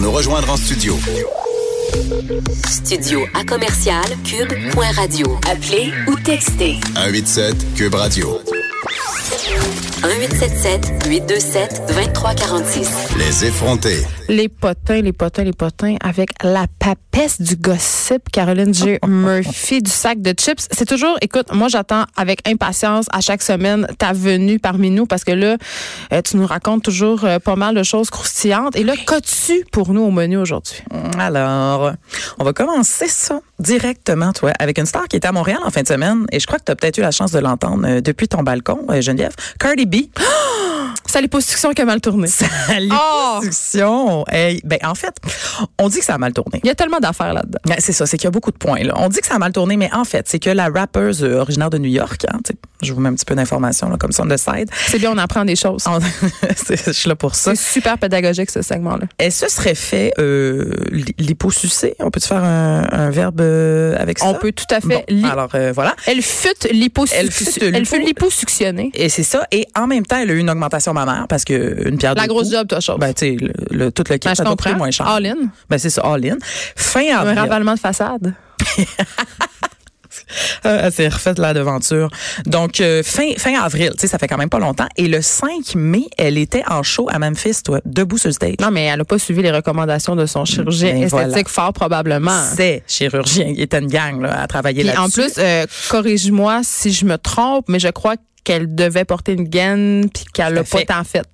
nous rejoindre en studio. Studio à commercial cube.radio. Appelez ou textez 187 Cube Radio. 1877 827 2346. Les effronter. Les potins, les potins, les potins avec la papesse du gossip, Caroline J. Oh, Murphy du sac de chips. C'est toujours, écoute, moi j'attends avec impatience à chaque semaine ta venue parmi nous parce que là, euh, tu nous racontes toujours euh, pas mal de choses croustillantes. Et là, qu'as-tu pour nous au menu aujourd'hui? Alors, on va commencer ça directement, toi, avec une star qui était à Montréal en fin de semaine. Et je crois que tu as peut-être eu la chance de l'entendre euh, depuis ton balcon, euh, Geneviève. Cardi B. Ça les post-suctions qui a mal tourné. Salut, Oh! production. Hey, ben, en fait, on dit que ça a mal tourné. Il y a tellement d'affaires là-dedans. Ben, c'est ça, c'est qu'il y a beaucoup de points. là. On dit que ça a mal tourné, mais en fait, c'est que la rappeuse euh, originaire de New York, hein, tu sais, je vous mets un petit peu d'informations là, comme ça on the side. C'est bien, on apprend des choses. On- c'est- je suis là pour Ah, ça. C'est super pédagogique ce segment-là. Elle se serait fait euh, li- liposucer. On peut te faire un, un verbe euh, avec ça? On peut tout à Bon, fait. li- alors, euh, voilà. Elle fut Elle fut liposuctionnée. Elle fut lipo- liposuctionnée. Et c'est ça. Et en même temps, elle a eu une augmentation mammaire parce que une pierre La deux grosse coups, job, toi, chose. Ben, tu sais, le, le- tout le kit, Ben, je ça t'a pris comprends. moins cher. All-in. Ben, c'est ça, all-in. Fin Un avril, ravalement de façade. euh, elle s'est refaite la devanture. Donc, euh, fin, fin avril, tu sais, ça fait quand même pas longtemps. Et le 5 mai, elle était en show à Memphis, toi, debout sur le stage. Non, mais elle n'a pas suivi les recommandations de son chirurgien Ben, esthétique, voilà. fort probablement. C'est chirurgien, il était une gang là, à travailler Puis là-dessus. en plus, euh, corrige-moi si je me trompe, mais je crois qu'elle devait porter une gaine puis qu'elle Tout à l'a pas fait. tant faite.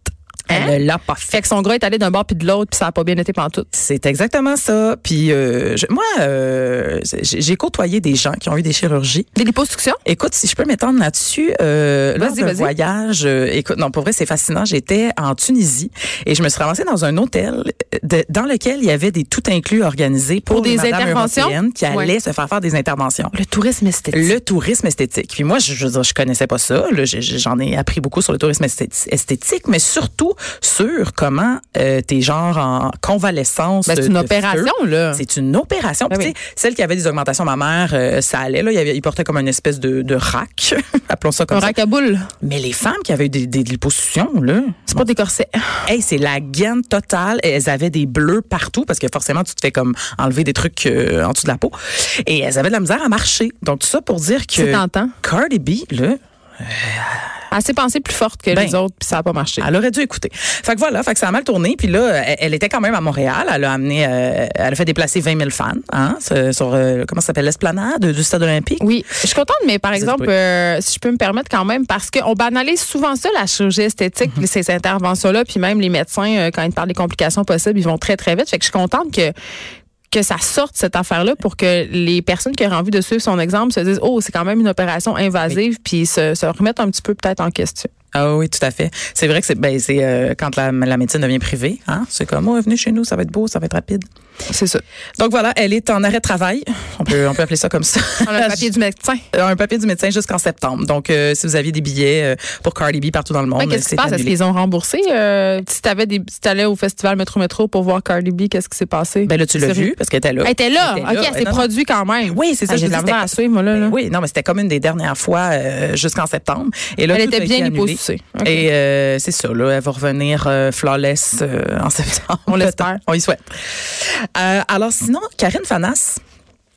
Hein? elle l'a pas fait. Fait que son gars est allé d'un bord puis de l'autre puis ça n'a pas bien été pantoute. C'est exactement ça. Puis euh, je- moi, euh, j'ai j'ai côtoyé des gens qui ont eu des chirurgies. Des liposuctions? Écoute, si je peux m'étendre là-dessus, euh, lors Vas-y, d'un vas-y. voyage, euh, écoute, non, pour vrai, c'est fascinant. J'étais en Tunisie et je me suis ramassée dans un hôtel euh, de- dans lequel il y avait des tout inclus organisés pour, Pour des les madames interventions? européennes qui allaient Ouais. se faire faire des interventions. Le tourisme esthétique. Le tourisme esthétique. Puis moi, je, je, veux dire, je connaissais pas ça. là. J'ai- j'ai- J'en ai appris beaucoup sur le tourisme esthé- esthétique, mais surtout sur comment euh, t'es genre en convalescence. Ben, c'est une de- de opération, feu. là. C'est une opération. Ben Puis, oui. tu sais, Celle qui avait des augmentations mammaires, euh, ça allait. Là. Il, y avait- il portait comme une espèce de, de rack, appelons ça comme Un ça. rack à boules. Mais les femmes qui avaient eu des, des, des liposuctions, là, C'est pas des corsets. hey, c'est la gaine totale. Et Elles avaient des bleus partout parce que forcément, tu te fais comme enlever des trucs euh, en dessous de la peau. Et elles avaient de la misère à marcher. Donc, tout ça pour dire C'est que tentant. Cardi B, là, Elle s'est pensée plus forte que Ben. les autres puis ça n'a pas marché. Elle aurait dû écouter. Fait que voilà, fait que ça a mal tourné. Puis là, elle, elle était quand même à Montréal. Elle a amené, euh, elle a fait déplacer 20 000 fans hein, sur, sur, euh, comment ça s'appelle, l'esplanade du Stade olympique. Oui, je suis contente, mais par Vous êtes exemple, doué. euh, si je peux me permettre quand même, parce qu'on banalise souvent ça, la chirurgie esthétique, Mhm. puis ces interventions-là, puis même les médecins, euh, quand ils parlent des complications possibles, ils vont très, très vite. Fait que je suis contente que que ça sorte cette affaire-là pour que les personnes qui auraient envie de suivre son exemple se disent oh c'est quand même une opération invasive puis se, se remettent un petit peu peut-être en question. Ah oui, tout à fait. C'est vrai que c'est ben, c'est, euh, quand la, la médecine devient privée. Hein, c'est comme, oh, venez chez nous, ça va être beau, ça va être rapide. C'est ça. Donc voilà, elle est en arrêt de travail. On peut, on peut appeler ça comme ça. On a le papier du médecin. Un papier du médecin jusqu'en septembre. Donc, euh, si vous aviez des billets euh, pour Cardi B partout dans le monde, Ouais, qu'est-ce qui c'est se passe Est-ce annulé. qu'ils ont remboursé euh, Si t'avais des, si t'allais au festival Metro Metro pour voir Cardi B, qu'est-ce qui s'est passé Ben là, tu l'as vu parce qu'elle était là. Elle était là. Elle était là. Ok, elle s'est Non, non. produite quand même. Oui, c'est ça. Ben Ah, je J'ai de dis, la c'était- misère à suivre, moi, là. là. Oui, non, mais c'était comme une des dernières fois euh, jusqu'en septembre. Et là, Elle tout était a été bien annulé. hyposucée. Ok. Et euh, c'est ça, là, elle va revenir euh, flawless euh, en septembre. On l'espère. On y souhaite. Euh, alors sinon, Karine Fanas,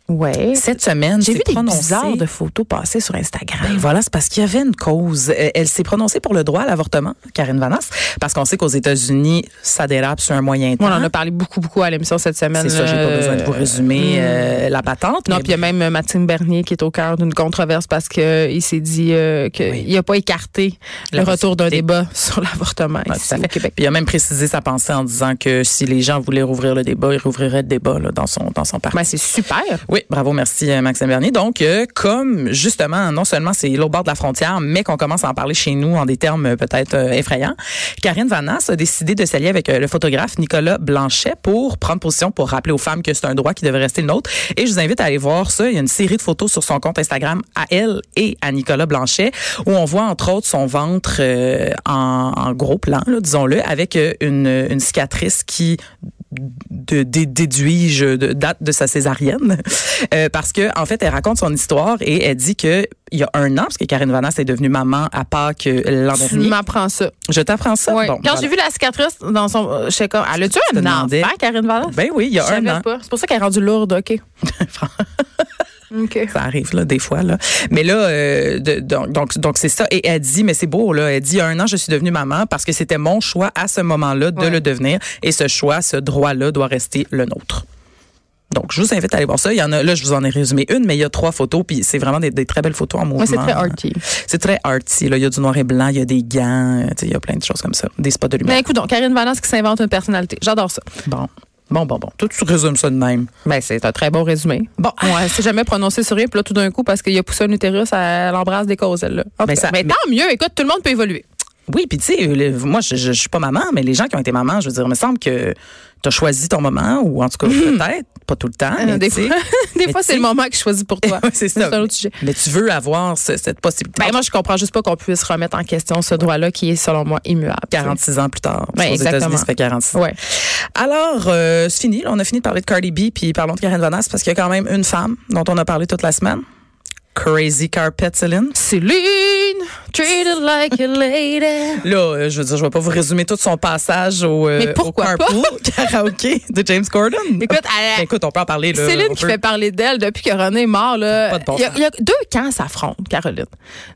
Ouais. cette semaine, J'ai vu s'est des prononcée- bizarres de photos passer sur Instagram. Ben voilà, c'est parce qu'il y avait une cause. Euh, Elle s'est prononcée pour le droit à l'avortement, Karine Vanas, parce qu'on sait qu'aux États-Unis, ça dérape sur un moyen temps. Moi, on en a parlé beaucoup, beaucoup à l'émission cette semaine. Ah. c'est ça, j'ai là. pas besoin de vous résumer euh, la patente. hmm. Non, mais puis il y a même euh, Mathilde Bernier qui est au cœur d'une controverse parce que euh, il s'est dit euh, qu'il n'a pas écarté le La retour d'un possibilité. débat sur l'avortement Ouais, ici tout à fait. au Québec. Puis il a même précisé sa pensée en disant que si les gens voulaient rouvrir le débat, ils rouvriraient le débat là, dans son dans son parti. Ben, c'est super. Oui, bravo, merci euh, Maxime Bernier. Donc, euh, comme justement, non seulement c'est l'autre bord de la frontière, mais qu'on commence à en parler chez nous en des termes euh, peut-être euh, effrayants, Karine Vanas a décidé de s'allier avec euh, le photographe Nicolas Blanchet pour prendre position, pour rappeler aux femmes que c'est un droit qui devrait rester le nôtre. Et je vous invite à aller voir ça. Il y a une série de photos sur son compte Instagram à elle et à Nicolas Blanchet où on voit entre autres son ventre euh, en, en gros plan, là, disons-le, avec euh, une, une cicatrice qui de, dé- déduis-je de date de sa césarienne Euh, parce que en fait elle raconte son histoire et elle dit que il y a un an parce que Karine Vanasse est devenue maman à Pâques euh, l'an Tu dernier. m'apprends ça. Je t'apprends ça. Ouais. Bon, Quand voilà. j'ai vu la cicatrice dans son. euh, J'étais comme. Elle a-tu te un demandais. enfant, Karine Vallès? ben oui, il y a un an, C'est pour ça qu'elle est rendue lourde, OK. OK. ça arrive là des fois là. Mais là euh, de- donc donc donc c'est ça et elle dit mais c'est beau là, elle dit il y a un an je suis devenue maman parce que c'était mon choix à ce moment-là de Ouais. le devenir et ce choix, ce droit-là doit rester le nôtre. Donc je vous invite à aller voir ça, il y en a là je vous en ai résumé une mais il y a trois photos puis c'est vraiment des, des très belles photos en mouvement. Moi, c'est très arty. C'est très arty là, il y a du noir et blanc, il y a des gants, euh, tu sais, il y a plein de choses comme ça, des spots de lumière. Mais Ben, écoute donc, Karine Valence qui s'invente une personnalité. J'adore ça. Bon. Bon bon bon, toi tu résumes ça de même. Ben, c'est un très bon résumé. Bon, ah! ouais, c'est jamais prononcé sur rien, puis là, tout d'un coup, parce qu'il a poussé un utérus, elle embrasse des causes, elle, là. En tout Mais cas, ça- mais tant mieux, écoute, tout le monde peut évoluer. Oui, puis tu sais, euh, le- moi, je, je, je suis pas maman, mais les gens qui ont été maman, je veux dire, il me semble que tu as choisi ton moment, ou en tout cas, peut-être, pas tout le temps. Mais Hmm. Euh, des tu sais, fois, des mais fois, tu c'est sais- le moment que je choisis pour toi. Ouais, c'est ça. un autre sujet. Mais tu veux avoir ce- cette possibilité. Ben, moi, je comprends juste pas qu'on puisse remettre en question ce droit-là qui est, selon moi, immuable. 46 ans plus tard. Ouais, aux exactement. États-Unis, ça fait 46 ans. Ouais. Alors, euh, c'est fini. là, on a fini de parler de Cardi B, puis parlons de Karen Vanasse, parce qu'il y a quand même une femme dont on a parlé toute la semaine. Crazy Carpet Céline. Céline, treated like a lady. Là, euh, je veux dire, je vais pas vous résumer tout son passage au, euh, Mais au pourquoi pas? carpool karaoké de James Corden. Écoute, Ben, elle- écoute, on peut en parler. Là, Céline on qui peut. fait parler d'elle depuis que René est mort. Là. Pas de bon il, y a, sens. il y a deux camps s'affrontent, Caroline.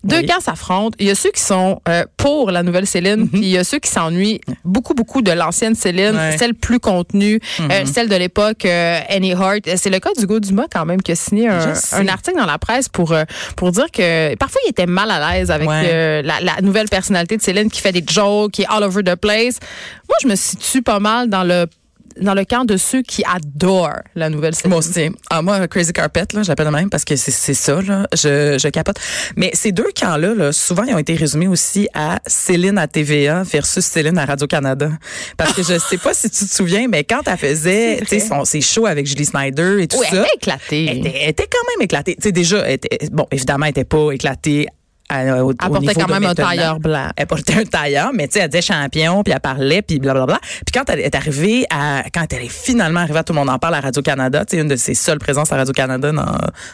Deux Oui. camps s'affrontent. Il y a ceux qui sont euh, pour la nouvelle Céline, Mm-hmm. puis il y a ceux qui s'ennuient beaucoup, beaucoup de l'ancienne Céline, Ouais. Mm-hmm. celle plus contenue, euh, celle de l'époque euh, Annie Hart. C'est le cas d'Hugo Dumas quand même qui a signé un, Je sais. un article dans la presse pour, euh, pour dire que parfois il était mal à l'aise avec Ouais. euh, la, la nouvelle personnalité de Céline qui fait des jokes, qui est all over the place. Moi, je me situe pas mal dans le dans le camp de ceux qui adorent la nouvelle Céline. Moi aussi. Ah, moi, Crazy Carpet, là, je l'appelle de même parce que c'est c'est ça, là. Je, je capote. Mais ces deux camps-là, là, souvent, ils ont été résumés aussi à Céline à TVA versus Céline à Radio-Canada. Parce que je sais pas si tu te souviens, mais quand elle faisait C'est tu sais, vrai. son- ses shows avec Julie Snyder et tout Oui, ça. elle était éclatée. Elle était, elle était quand même éclatée. Tu sais, déjà, elle était- bon, évidemment, elle n'était pas éclatée. À, au, au Elle portait niveau quand de même un maintenant. tailleur blanc. Elle portait un tailleur, mais tu sais, elle disait champion, puis elle parlait, puis blablabla. Puis quand elle est arrivée à, quand elle est finalement arrivée à Tout le monde en parle à Radio-Canada, tu sais, une de ses seules présences à Radio-Canada dans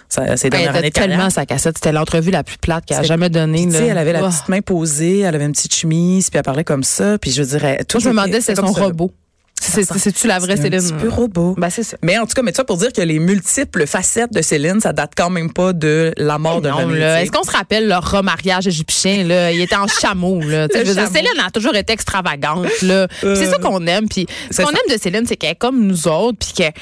sa, ses Ben, dernières elle années était de carrière. tellement sa cassette. C'était l'entrevue la plus plate qu'elle a C'était- jamais donnée. Puis, tu là. sais, elle avait la Oh. petite main posée, elle avait une petite chemise, puis elle parlait comme ça, puis je dirais... Moi, je me demandais si c'est son robot. C'est- ressemble- c'est- C'est-tu la vraie C'est Céline? un petit peu robot. Ben, c'est ça. Mais en tout cas, mais ça pour dire que les multiples facettes de Céline, ça date quand même pas de la mort de Non, René, tu là, sais. est-ce qu'on se rappelle leur remariage égyptien? Là? Il était en chameau. Là, Tu sais, Le je veux dire, chameau. Euh, Céline a toujours été extravagante. Là. Puis C'est ça qu'on aime. Puis ce c'est qu'on ça. aime de Céline, c'est qu'elle est comme nous autres, puis qu'elle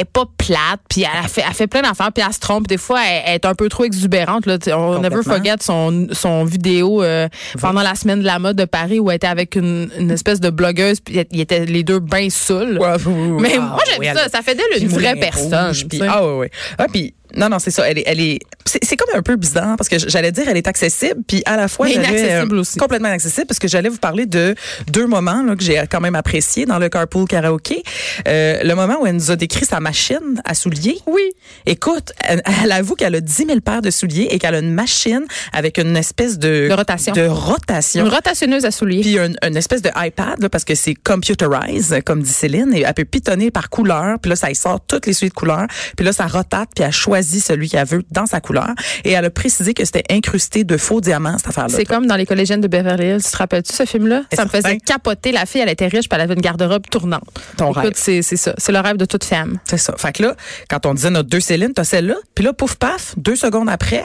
est pas plate, puis elle a fait, elle fait plein d'affaires, puis elle se trompe. Des fois, elle, elle est un peu trop exubérante. Là. Tu sais, On never Complètement. forget son, son vidéo euh, pendant la semaine de la mode de Paris où elle était avec une, une espèce de blogueuse, puis ils étaient les deux bien saouls. Ouais, oui, oui, oui. Mais Ah, moi, j'aime oui, ça. elle- Ça fait d'elle puis une vraie Moulin personne. Rouge, tu puis- sais. ah oui, oui. Ah, puis, non, non, c'est ça. Elle est, elle est, c'est c'est comme un peu bizarre parce que j- j'allais dire elle est accessible, puis à la fois Mais j'allais, inaccessible aussi. complètement inaccessible parce que j'allais vous parler de deux moments là, que j'ai quand même appréciés dans le carpool karaoké. Euh, le moment où elle nous a décrit sa machine à souliers. Oui. Écoute, elle, elle avoue qu'elle a 10 000 paires de souliers et qu'elle a une machine avec une espèce de, De rotation. De rotation. Une rotationneuse à souliers. Puis une, une espèce de iPad là, parce que c'est computerized comme dit Céline et elle peut pitonner par couleur puis là ça y sort toutes les suites de couleurs puis là ça rotate puis elle choisit celui qu'elle veut dans sa couleur et elle a précisé que c'était incrusté de faux diamants cette affaire là. C'est comme dans les collégiennes de Beverly Hills. Tu te rappelles-tu ce film-là? Et Ça me certain. faisait capoter. La fille, elle était riche, puis elle avait une garde-robe tournante. Ton rêve. Écoute, c'est c'est ça. C'est le rêve de toute femme. C'est ça. Fait que là quand on disait notre deux Céline, t'as celle-là puis là pouf paf deux secondes après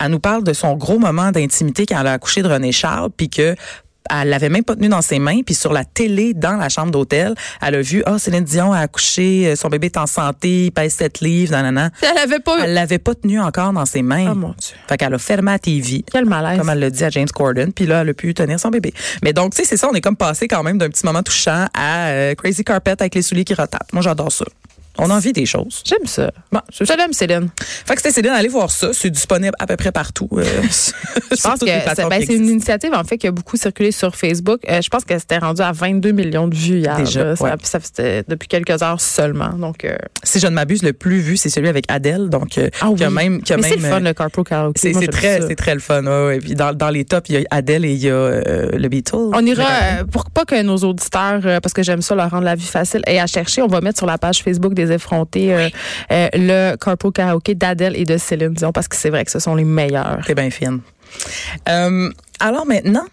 elle nous parle de son gros moment d'intimité quand elle a accouché de René Charles puis que elle l'avait même pas tenu dans ses mains, puis sur la télé, dans la chambre d'hôtel, elle a vu, ah, Céline Dion a accouché, euh, son bébé est en santé, il pèse 7 livres, nanana. Puis Elle avait pas. Elle l'avait pas tenu encore dans ses mains. Oh, Ah. mon Dieu. Fait qu'elle a fermé la TV. Quel malaise. Comme elle le dit à James Corden, puis là, elle a pu tenir son bébé. Mais donc, tu sais, c'est ça, on est comme passé quand même d'un petit moment touchant à euh, Crazy Carpet avec les souliers qui rotatent. Moi, j'adore ça. On a envie des choses. J'aime ça. Bon, Je l'aime, Céline. Fait que c'était Céline, allez voir ça. C'est disponible à peu près partout. euh, sur Je pense que toutes les c'est plateformes ben, qui c'est une existent. initiative, en fait, qui a beaucoup circulé sur Facebook. Euh, je pense que c'était rendu à 22 millions de vues hier. Déjà, là. Ça- ouais. ça- c'était depuis quelques heures seulement. Donc, euh, Si je ne m'abuse, le plus vu, c'est celui avec Adèle. Donc, euh, Ah qui a oui. même. qui a mais c'est le même, fun, euh, le carpool karaoke. c'est Moi, c'est j'aime très, ça. c'est très le fun. ouais, ouais. Puis dans, dans les tops, il y a Adèle et il y a euh, le Beatles. On ira, euh, pour pas que nos auditeurs, euh, parce que j'aime ça, leur rendre la vie facile, et à chercher, on va mettre sur la page Facebook des effrontés euh, euh, le carpool karaoke d'Adèle et de Céline Dion, parce que c'est vrai que ce sont les meilleurs. T'es bien fine. Euh, alors maintenant,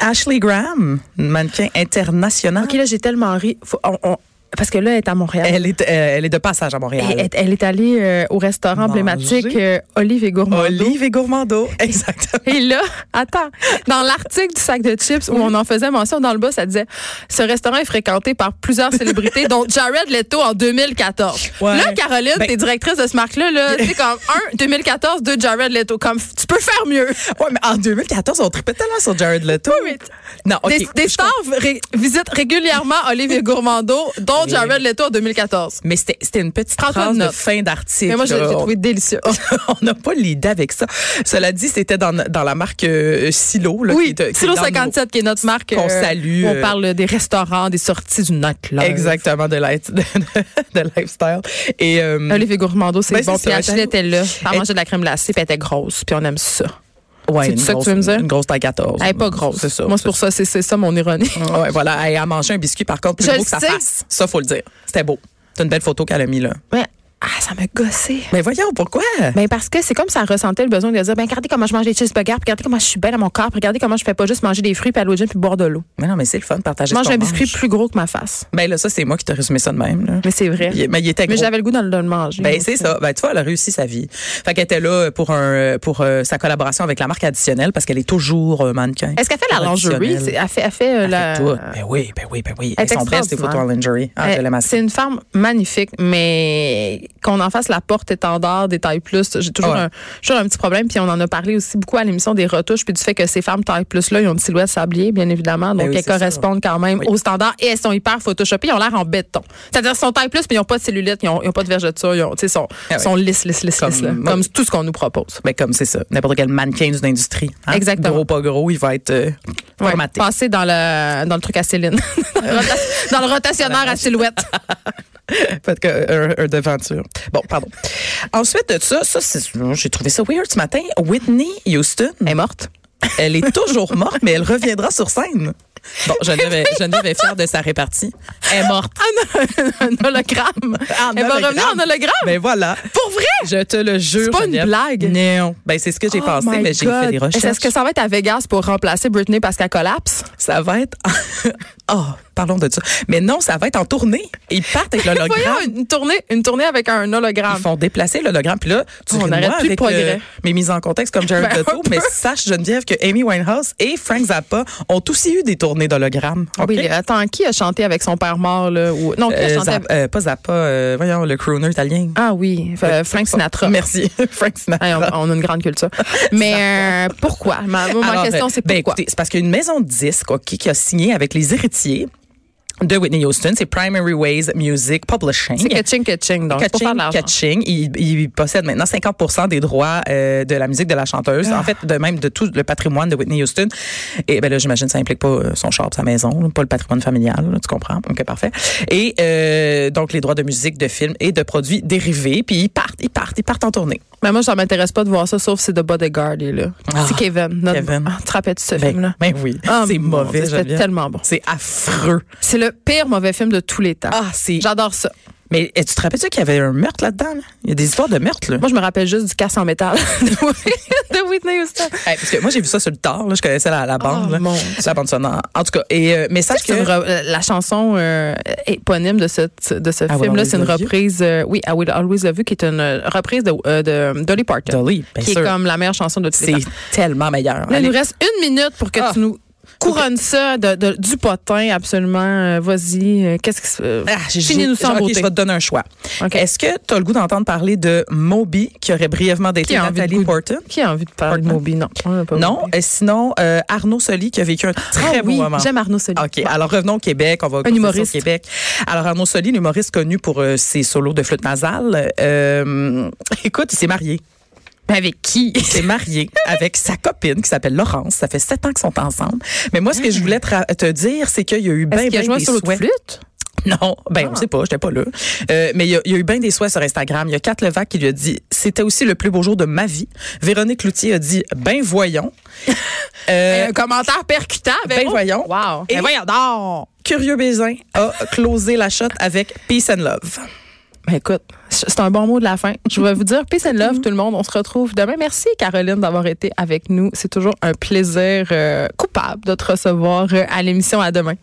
Ashley Graham, mannequin international. OK, là, j'ai tellement ri. Faut- on- on- parce que là, elle est à Montréal. Elle, est, euh, elle est de passage à Montréal. Elle, elle- elle est allée euh, au restaurant Manger. emblématique euh, Olive et Gourmand. Olive et Gourmando. Exactement. Et là, attends, dans l'article du sac de chips où on en faisait mention dans le bas, ça disait ce restaurant est fréquenté par plusieurs célébrités, dont Jared Leto en 2014. Ouais. Là, Caroline, Ben- t'es directrice de ce marque-là, là, c'est comme un 2014, deux Jared Leto. Comme tu peux faire mieux. Ouais, mais en 2014, on tripait tellement sur Jared Leto. mais- Non, OK. Des, des je stars ré- visitent régulièrement Olivier Gourmando, dont Jared Leto en 2014. Mais c'était c'était une petite Prends-toi phrase une de note. fin d'article. Mais moi, je l'ai Oh, là. je l'ai On- trouvé délicieux. on n'a pas l'idée avec ça. Cela dit, c'était dans, dans la marque euh, Silo. Là, oui, qui est- qui est Silo dans nos- 57, qui est notre marque. qu'on salue, où euh, on parle des restaurants, des sorties du nightclub. Exactement, de, light- de, de lifestyle. Et, euh, Olivier Gourmando, c'est Ben, bon. c'est Puis ça, Ashley elle- était là. Elle elle- mangeait de la crème glacée, puis elle était grosse. Puis on aime ça. ouais, c'est une ça que tu grosse- veux me dire? Une grosse taille 14. Elle est pas grosse. Mm, C'est ça. Mm. Moi, c'est pour ça, c'est c'est ça mon ironie. Ouais, voilà, elle a mangé un biscuit, par contre, plus Je beau le que sa sais. face. Ça, faut le dire. C'était beau. C'est une belle photo qu'elle a mis là. Mais, ah, ça m'a gossé. Mais voyons, pourquoi? Ben parce que c'est comme ça ressentait le besoin de dire ben regardez comment je mange des cheeseburgers, puis regardez comment je suis belle à mon corps, puis regardez comment je fais pas juste manger des fruits puis aller au gym puis boire de l'eau. Mais non, mais c'est le fun de partager Je mange ce qu'on un biscuit plus gros que ma face. Ben là, ça, c'est moi qui t'ai résumé ça de même. là. Mais c'est vrai. Il- mais il était Mais gros. j'avais le goût de le de le manger. Ben c'est ça. Ben tu vois, elle a réussi sa vie. Fait qu'elle était là pour un pour euh, sa collaboration avec la marque additionnelle parce qu'elle est toujours euh, mannequin. Est-ce qu'elle fait la lingerie Additionnelle. C'est- Elle fait, elle fait, euh, Elle la. fait tout. Ben oui, ben oui, ben oui. Elle Elles est sont belles, ces extraordinaire. photos en lingerie. Ah, je Euh, l'aime assez. c'est une femme magnifique, mais qu'on en fasse la porte étendard des tailles plus, j'ai toujours, Ouais. un, toujours un petit problème. Puis on en a parlé aussi beaucoup à l'émission des retouches, puis du fait que ces femmes tailles plus-là, ils ont une silhouette sablier, bien évidemment. Donc Ben oui, elles c'est ça. correspondent quand même Oui. aux standards et elles sont hyper photoshopées. Ils ont l'air en béton. C'est-à-dire, ils sont taille plus, mais ils n'ont pas de cellulite, ils n'ont pas de vergeture, ils ont, tu sais, sont, Ah ouais. sont lisses, lisses, lisses, Comme- lisses, là. moi- comme tout ce qu'on nous propose. Ben comme c'est ça. N'importe quel mannequin d'une industrie. hein. Exactement. Gros pas gros, il va être euh, Ouais, formaté. passer dans le, dans le truc à Céline. dans, le rota- dans le rotationnaire à silhouette. Fait que, euh, un, un devanture. Bon, pardon. Ensuite de ça, ça c'est- j'ai trouvé ça weird ce matin. Whitney Houston, Elle est morte. elle est toujours morte, mais elle reviendra sur scène. Bon, Geneviève, est- Geneviève est fière de sa répartie. Elle est Ah, morte. En- un hologramme. En Elle va hologramme. revenir en hologramme. Ben voilà. Pour vrai? Je te le jure. C'est pas une Geneviève. blague. Non. Ben c'est ce que j'ai Oh pensé, my mais j'ai God. fait des recherches. Est-ce que ça va être à Vegas pour remplacer Britney parce qu'elle collapse? Ça va être. oh, parlons de ça. Mais non, ça va être en tournée. Ils partent avec Voyons, l'hologramme. une tournée, une tournée avec un hologramme. Ils font déplacer l'hologramme. Puis là, tu On ris de n'arrête moi plus le avec progrès. euh, mes mises en contexte comme Jared Ben, un Leto, peu. mais sache, Geneviève, que Amy Winehouse et Frank Zappa ont aussi eu des tournées d'hologrammes. Ah OK? Oui, attends, qui a chanté avec son père mort? Là, ou... Non, qui a Euh, chanté Zappa- avec... euh, pas Zappa, euh, voyons, le crooner italien. Ah oui, euh, Frank Sinatra. Merci, Frank Hey, on, Sinatra. on a une grande culture. Mais euh, pourquoi? Ma, ma Alors, question, euh, c'est ben, pourquoi? écoutez, c'est parce qu'il y a une maison de disques OK, qui a signé avec les héritiers de Whitney Houston. C'est Primary Ways Music Publishing. c'est catching, catching. Donc, c'est pour faire de Catching, l'argent. catching, il, il possède maintenant 50 des droits euh, de la musique de la chanteuse. En fait, de même de tout le patrimoine de Whitney Houston. Et ben là, j'imagine que ça implique pas euh, son char, sa maison, là, pas le patrimoine familial, là, tu comprends Ok, parfait. Et euh, donc les droits de musique, de films et de produits dérivés. Puis ils partent, ils partent, ils partent en tournée. Mais moi, ça m'intéresse pas de voir ça, sauf si c'est The Bodyguard. il est là. Ah, c'est Kevin. Notre... Kevin. Ah, tu te rappelles de ce Ben, film-là? ben oui, Ah, c'est mon mauvais. Dieu, c'était Geneviève. tellement bon. C'est affreux. C'est le pire mauvais film de tous les temps. Ah, c'est. J'adore ça. Mais eh, tu te rappelles-tu qu'il y avait un meurtre là-dedans là? Il y a des histoires de meurtre là. Moi, je me rappelle juste du casse en métal de Whitney Houston. Eh, parce que moi j'ai vu ça sur le tard, là. je connaissais la, la bande, Oh, là. mon la bande sonore. En tout cas, et euh, mais sache C'est une que re- euh, la chanson euh, éponyme de ce, de ce I Will film-là, Always c'est une Love You. reprise, euh, oui, I Will Always Love You, qui est une euh, reprise de, euh, de Dolly Parton, Dolly, bien qui sûr. est comme la meilleure chanson de tous les c'est temps. tellement meilleur. Là, il Allez. nous reste une minute pour que Ah. tu nous Couronne ça de, de- du potin, absolument. Euh, Vas-y. euh, Qu'est-ce que c'est? Ah, j'ai- Finis-nous j'ai- sans ok, beauté. je vais te donner un choix. Ok. Est-ce que tu as le goût d'entendre parler de Moby, qui aurait brièvement daté Qui a envie de Nathalie goût- Porton? Qui a envie de parler de Portman. Moby? Non. on n'a pas Non. Moby. Et sinon, euh, Arnaud Soli, qui a vécu un Ah très beau oui, moment. j'aime Arnaud Soli. OK. Alors, revenons au Québec. On va commencer humoriste. au Québec. Alors, Arnaud Soli, l'humoriste connu pour euh, ses solos de flûte nasale, euh, écoute, il s'est marié. Mais Avec qui? Il s'est marié avec sa copine qui s'appelle Laurence. Ça fait sept ans qu'ils sont ensemble. Mais moi, ce que je voulais te, ra- te dire, c'est qu'il y a eu Hmm. Est-ce bien, qu'il a bien joué un des solo de souhaits. flûte? Ah. Non, ben on sait pas, j'étais pas là. Euh, mais il y, a- il y a eu bien des souhaits sur Instagram. Il y a Kat Levac qui lui a dit c'était aussi le plus beau jour de ma vie. Véronique Loutier a dit ben voyons. Euh, Un commentaire percutant. ben Véro. voyons. Wow. Et- Ben voyons donc. Curieux Bézin a closé la shot avec Peace and Love. Ben écoute, c'est un bon mot de la fin. Je vais vous dire peace and love tout le monde. On se retrouve demain. Merci Caroline d'avoir été avec nous. C'est toujours un plaisir euh, coupable de te recevoir euh, à l'émission. À demain.